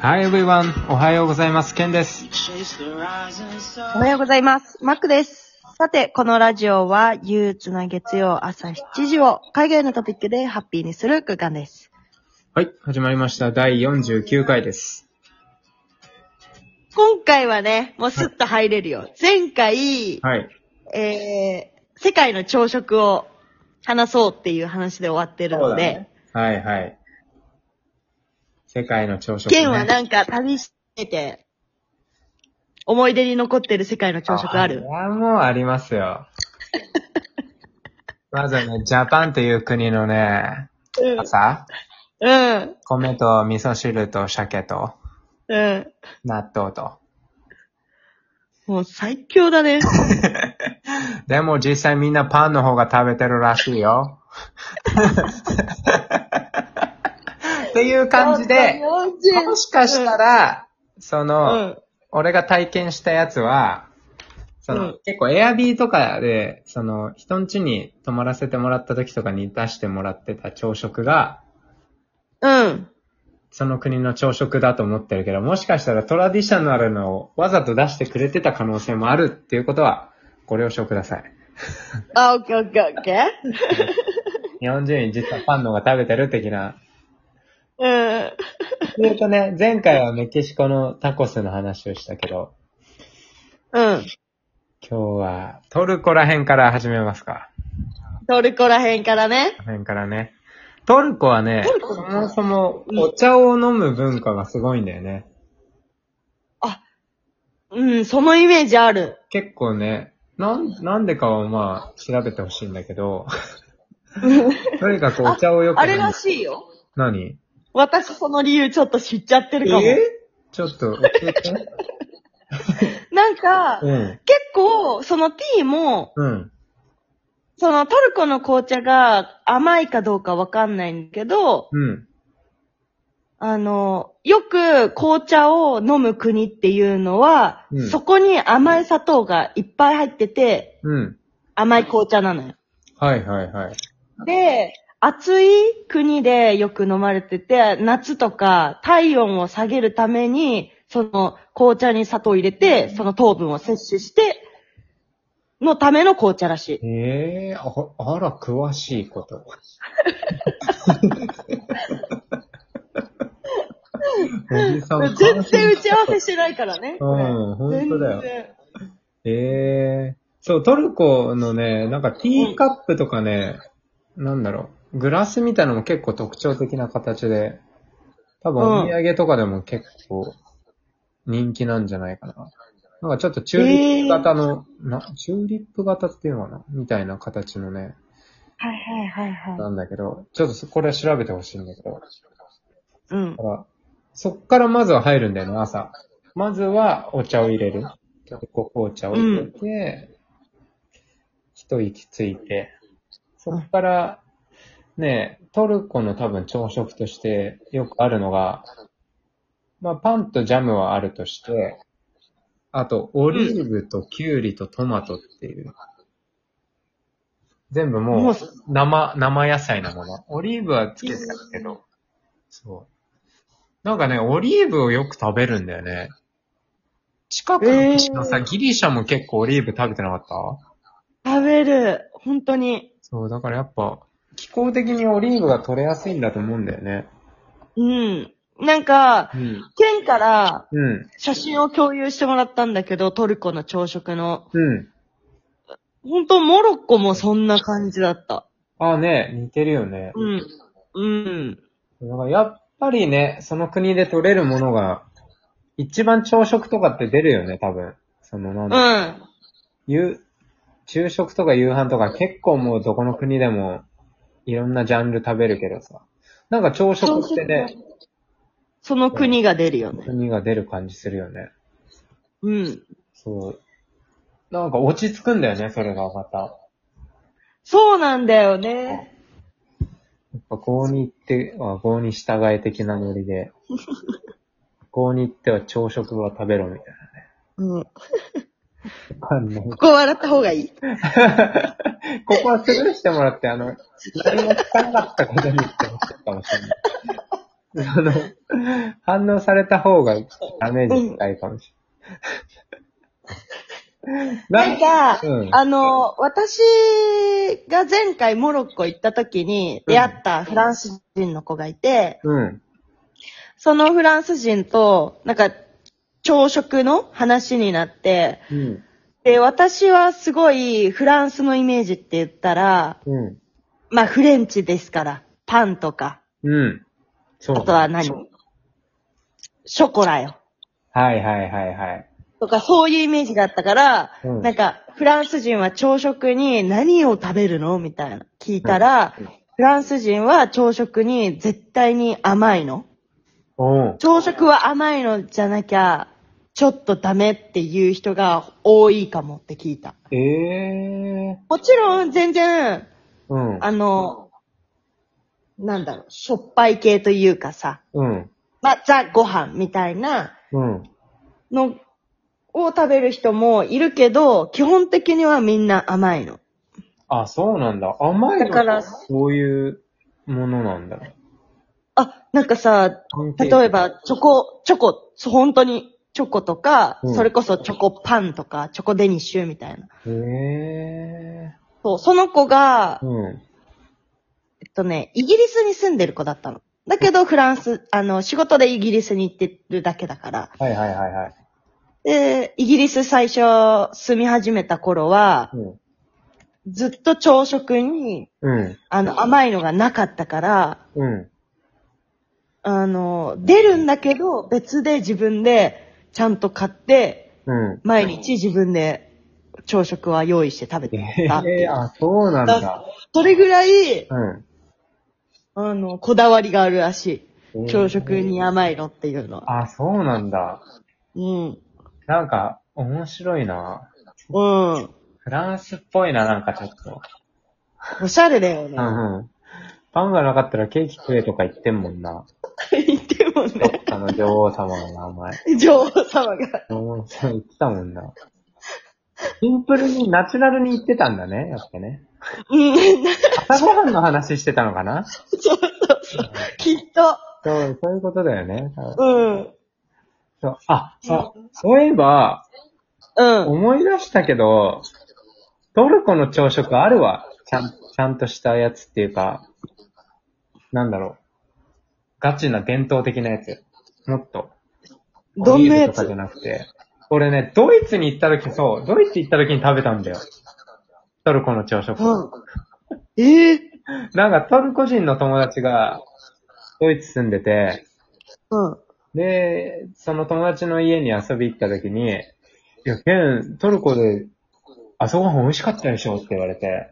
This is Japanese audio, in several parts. Hi everyone! おはようございます。ケンです。おはようございます。マックです。さて、このラジオは、憂鬱な月曜朝7時を海外のトピックでハッピーにする空間です。はい、始まりました。第49回です。今回はね、もうスッと入れるよ。前回、はい。えー、世界の朝食を話そうっていう話で終わってるので、はいはい。世界の朝食、ね。ケンはなんか旅してて、思い出に残ってる世界の朝食あるいや、もうあります よ。まずはね、ジャパンという国のね、うん。朝、うん。米と味噌汁と鮭とうん。納豆と。もう最強だね。でも実際みんなパンの方が食べてるらしい よ。っていう感じ で、もしかしたら、そうの、ん。俺が体験したやつは、その、うん結構エアビーとかで、その、人ん家に泊まらせてもらった時とかに出してもらってた朝食が、うん。その国の朝食だと思ってるけど、もしかしたらトラディショナルのをわざと出してくれてた可能性もあるっていうことは、ご了承ください。あ、オッケーオッケーオッケー。日本人実はパンの方が食べてる的な。うん。えっとね、前回はメキシコのタコスの話をしたけど、うん。今日はトルコら辺から始めますか。トルコら辺からね。この辺からね。トルコはね、トルコそもそもお茶を飲む文化がすごいんだよね。うん、そのイメージある。結構ね、なん、なんでかはまあ、調べてほしいんだけ ど、とにかくお茶をよくあれ飲むら。しいよ。何私その理由ちょっと知っちゃってるかも。ちょっと、教えて。なんか、うん。結構、そのティーも、うん。そのトルコの紅茶が甘いかどうかわかんないんだけど、うん。あの、よく紅茶を飲む国っていうのは、うんそこに甘い砂糖がいっぱい入ってて、うん。甘い紅茶なのよ。はいはいはい。で、暑い国でよく飲まれてて、夏とか体温を下げるために、その紅茶に砂糖を入れて、その糖分を摂取して、のための紅茶らしい。ええー、あ、あら、詳しいこと。 おじさん、全然打ち合わせしてないからね。うん、本当だよ全。然ええそう、トルコのね、なんかティーカップとかね、なんだろう、グラスみたいなのも結構特徴的な形で、多分うんお土産とかでも結構人気なんじゃないかな。なんかちょっとチューリップ型の、な、チューリップ型っていうのかなみたいな形のね、はいはいはいはい。なんだけど、ちょっとそこれ調べてほしいんだけど、うんだ。からそっからまずは入るんだよね、朝。まずはお茶を入れる。ちょっとこう紅茶を入れて、一息ついて、そっから、ね、トルコの多分朝食としてよくあるのが、まあパンとジャムはあるとして、あとオリーブとキュウリとトマトっていう。全部ももうう生、生野菜のもの。オリーブはつけてたけど、そう。なんかね、オリーブをよく食べるんだよね。近くの地のさ、えーギリシャも結構オリーブ食べてなかった食べる。本当に。そう、だからやっぱ、気候的にオリーブが取れやすいんだと思うんだよね。うん。なんか、うん。県からうん。写真を共有してもらったんだけど、トルコの朝食の。うん。本当モロッコもそんな感じだった。ああね、似てるよね。うん。うん。だからやっぱりね、その国で取れるものが、一番朝食とかって出るよね、多分。そのなんうだ、ん。夕昼食とか夕飯とか結構もうどこの国でもいろんなジャンル食べるけどさ。なんか朝食ってね、その国が出るよね。国が出る感じするよね。うん。そう。なんか落ち着くんだよね、それがまた。やそうなんだよね。っぱ郷に行っては郷に従え的なノリ で。郷に行っては朝食は食べろみたいうん。こな感じ。こ笑った方がいい。ここはスルーしてもらって、あの、何も聞かなかったことにしてほしいかもしれない。あの、反応された方がダメージ深いかもしれない。なんか、うんあの、私が前回モロッコ行った時に出会ったフランス人の子がいて、うん。そのフランス人と、なんか、朝食の話になって、うん。で、私はすごいフランスのイメージって言ったら、うん。まあフレンチですから、パンとか、うん。そう。あとは何ショコラよ。はいはいはいはい。とか、そういうイメージがあったから、うんなんか、フランス人は朝食に何を食べるのみたいな。聞いたら、うんフランス人は朝食に絶対に甘いの。うん。朝食は甘いのじゃなきゃ、ちょっとダメっていう人が多いかもって聞いた。ええもちろん、全然、ー。うん。あの、なんだろう、しょっぱい系というかさ、うん。まあ、ザ・ご飯みたいな、うん。のを食べる人もいるけど、基本的にはみんな甘いの。あ、そうなんだ。甘いのだからそういうものなんだ。あ、なんかさ、例えば、チョコ、チョコ、そう本当にチョコとか、うんそれこそチョコパンとか、チョコデニッシュみたいな。へえそう、その子がー。、うん。えっとね、イギリスに住んでる子だったの。だけど、フランス、あの、仕事でイギリスに行ってるだけだから。はいはいはいはい。で、イギリス最初住み始めた頃は、うん。ずっと朝食に、うん。あの、甘いのがなかったから、うん。あの、出るんだけど、別で自分でちゃんと買って、うん。毎日自分で朝食は用意して食べえてたっていえうー、あ、そうなんだ。それぐらい、うん。あの、こだわりがあるらしえーい。朝食に甘いのっていうのは。あ、そうなんだ。うん。なんか、面白いな。うん。フランスっぽいな、なんかちょっと。おしゃれだよねう。んうん。パンがなかったらケーキ食えとか言ってんもんな。言ってるもんね。あの、女王様の名前。女王様が。女王様言ってたもんな。シンプルに、ナチュラルに言ってたんだね、やっぱね。うん。朝ごはんの話してたのかなそうそうそう。きっと。そう、そういうことだよね。うん。そうあ、あそういえば、うん。思い出したけど、トルコの朝食あるわ。ちゃん、ちゃんとしたやつっていうか、なんだろう。ガチな伝統的なやつ。もっと。どんなオリーブやとかつじゃなくて。俺ね、ドイツに行った時、そう、ドイツ行った時に食べたんだよ。トルコの朝食。うん。ええなんかトルコ人の友達が、ドイツ住んでて、うん。で、その友達の家に遊び行った時に、いや、ケン、トルコで朝ごはん美味しかったでしょって言われて、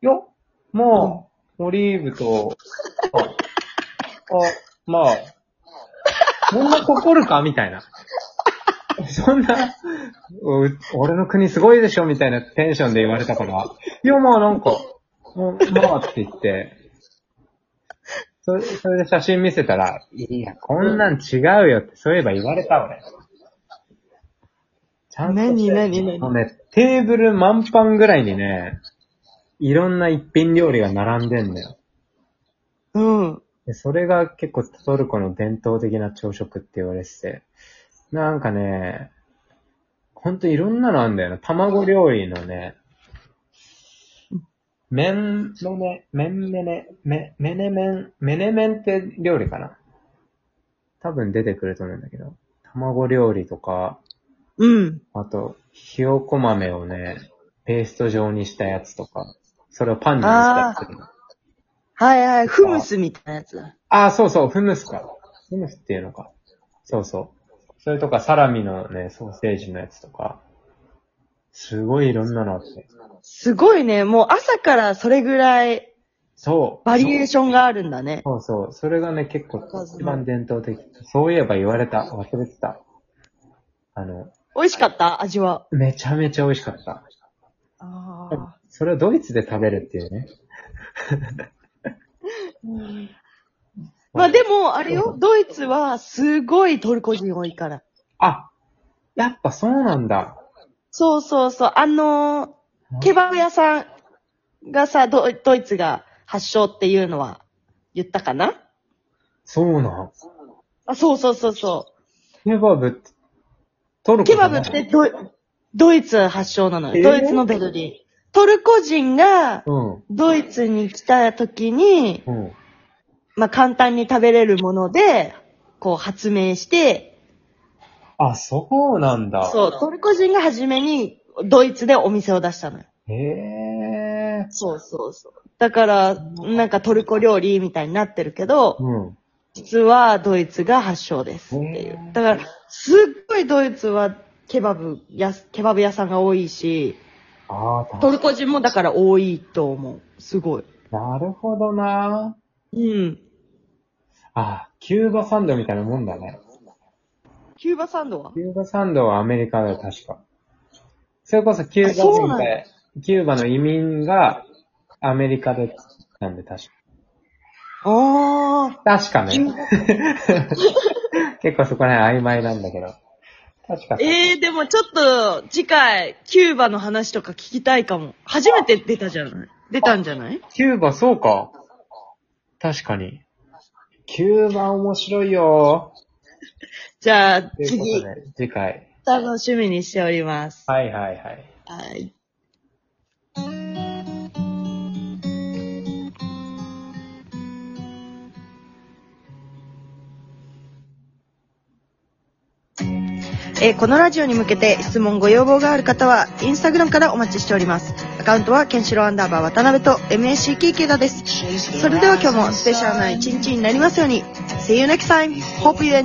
よもう、オリーブと、あ、あまあ、そんな怒るかみたいな。 そんな、う俺の国すごいでしょみたいなテンションで言われたから、いや、まあなんか、もうまあって言って、それそれで写真見せたら、いや、こんなん違うよって、そういえば言われた、俺。ちゃんとして何何何もうね、テーブル満帆ぐらいにね、いろんな一品料理が並んでんだよ。うん。でそれが結構トルコの伝統的な朝食って言われてて、なんかね、ほんといろんなのあんだよな。卵料理のね、麺メネ、麺メネ、メ、メネ麺、メネ麺って料理かな多分出てくると思うんだけど、卵料理とか、うん。あと、ひよこ豆をね、ペースト状にしたやつとか、それをパンにしたやつとか。はいはい、フムスみたいなやつだ。ああ、そうそう、フムスか。フムスっていうのか。そうそう。それとか、サラミのね、ソーセージのやつとか。すごいいろんなのあって。すごいね、もう朝からそれぐらいそう。バリエーションがあるんだね。そうそう。それがね、結構一番伝統的。そういえば言われた。忘れてた。あの、美味しかった味は。めちゃめちゃ美味しかった。あそれをドイツで食べるっていうね。まあでも、あれよ、ドイツはすごいトルコ人多いから。あやっぱそうなんだ。そうそうそう、あのーケバブ屋さんがさドイ、ドイツが発祥っていうのは言ったかなそうなん。あ、そうそうそうそケバブって、トルコう。ケじゃなバブいってドイドイツ発祥なのよ。えードイツのベルリン。トルコ人がうん。ドイツに来た時に、うん。まあ簡単に食べれるもので、こう発明して、あ、そうなんだ。そう、トルコ人が初めにドイツでお店を出したのよ。へえ。そうそうそう。だから、なんかトルコ料理みたいになってるけど、うん。実はドイツが発祥ですっていへうー。だから、すっごいドイツはケバブや、ケバブ屋さんが多いし、ああ、トルコ人もだから多いと思う。すごい。なるほどな。うん。あ、キューバサンドみたいなもんだね。キューバサンドはキューバサンドはアメリカだよ、確か。それこそキューバあそう人なんだで、キューバの移民がアメリカで、なんで確か。あ確かあ。ね。結構そこら辺曖昧なんだけど。確か。ええでもちょっと次回、キューバの話とか聞きたいかも。初めて出たじゃない出たんじゃないキューバそうか。確かに。キューバ面白いよ。じゃあ、というこ次と、で、次回。楽しみにしております。はいはいはい。はい。えーこのラジオに向けて質問ご要望がある方は、インスタグラムからお待ちしております。アカウントは、ケンシロウアンダーバー渡辺と MACK 池田です。それでは今日もスペシャルな一日になりますように。See you next time. Hope you enjoy.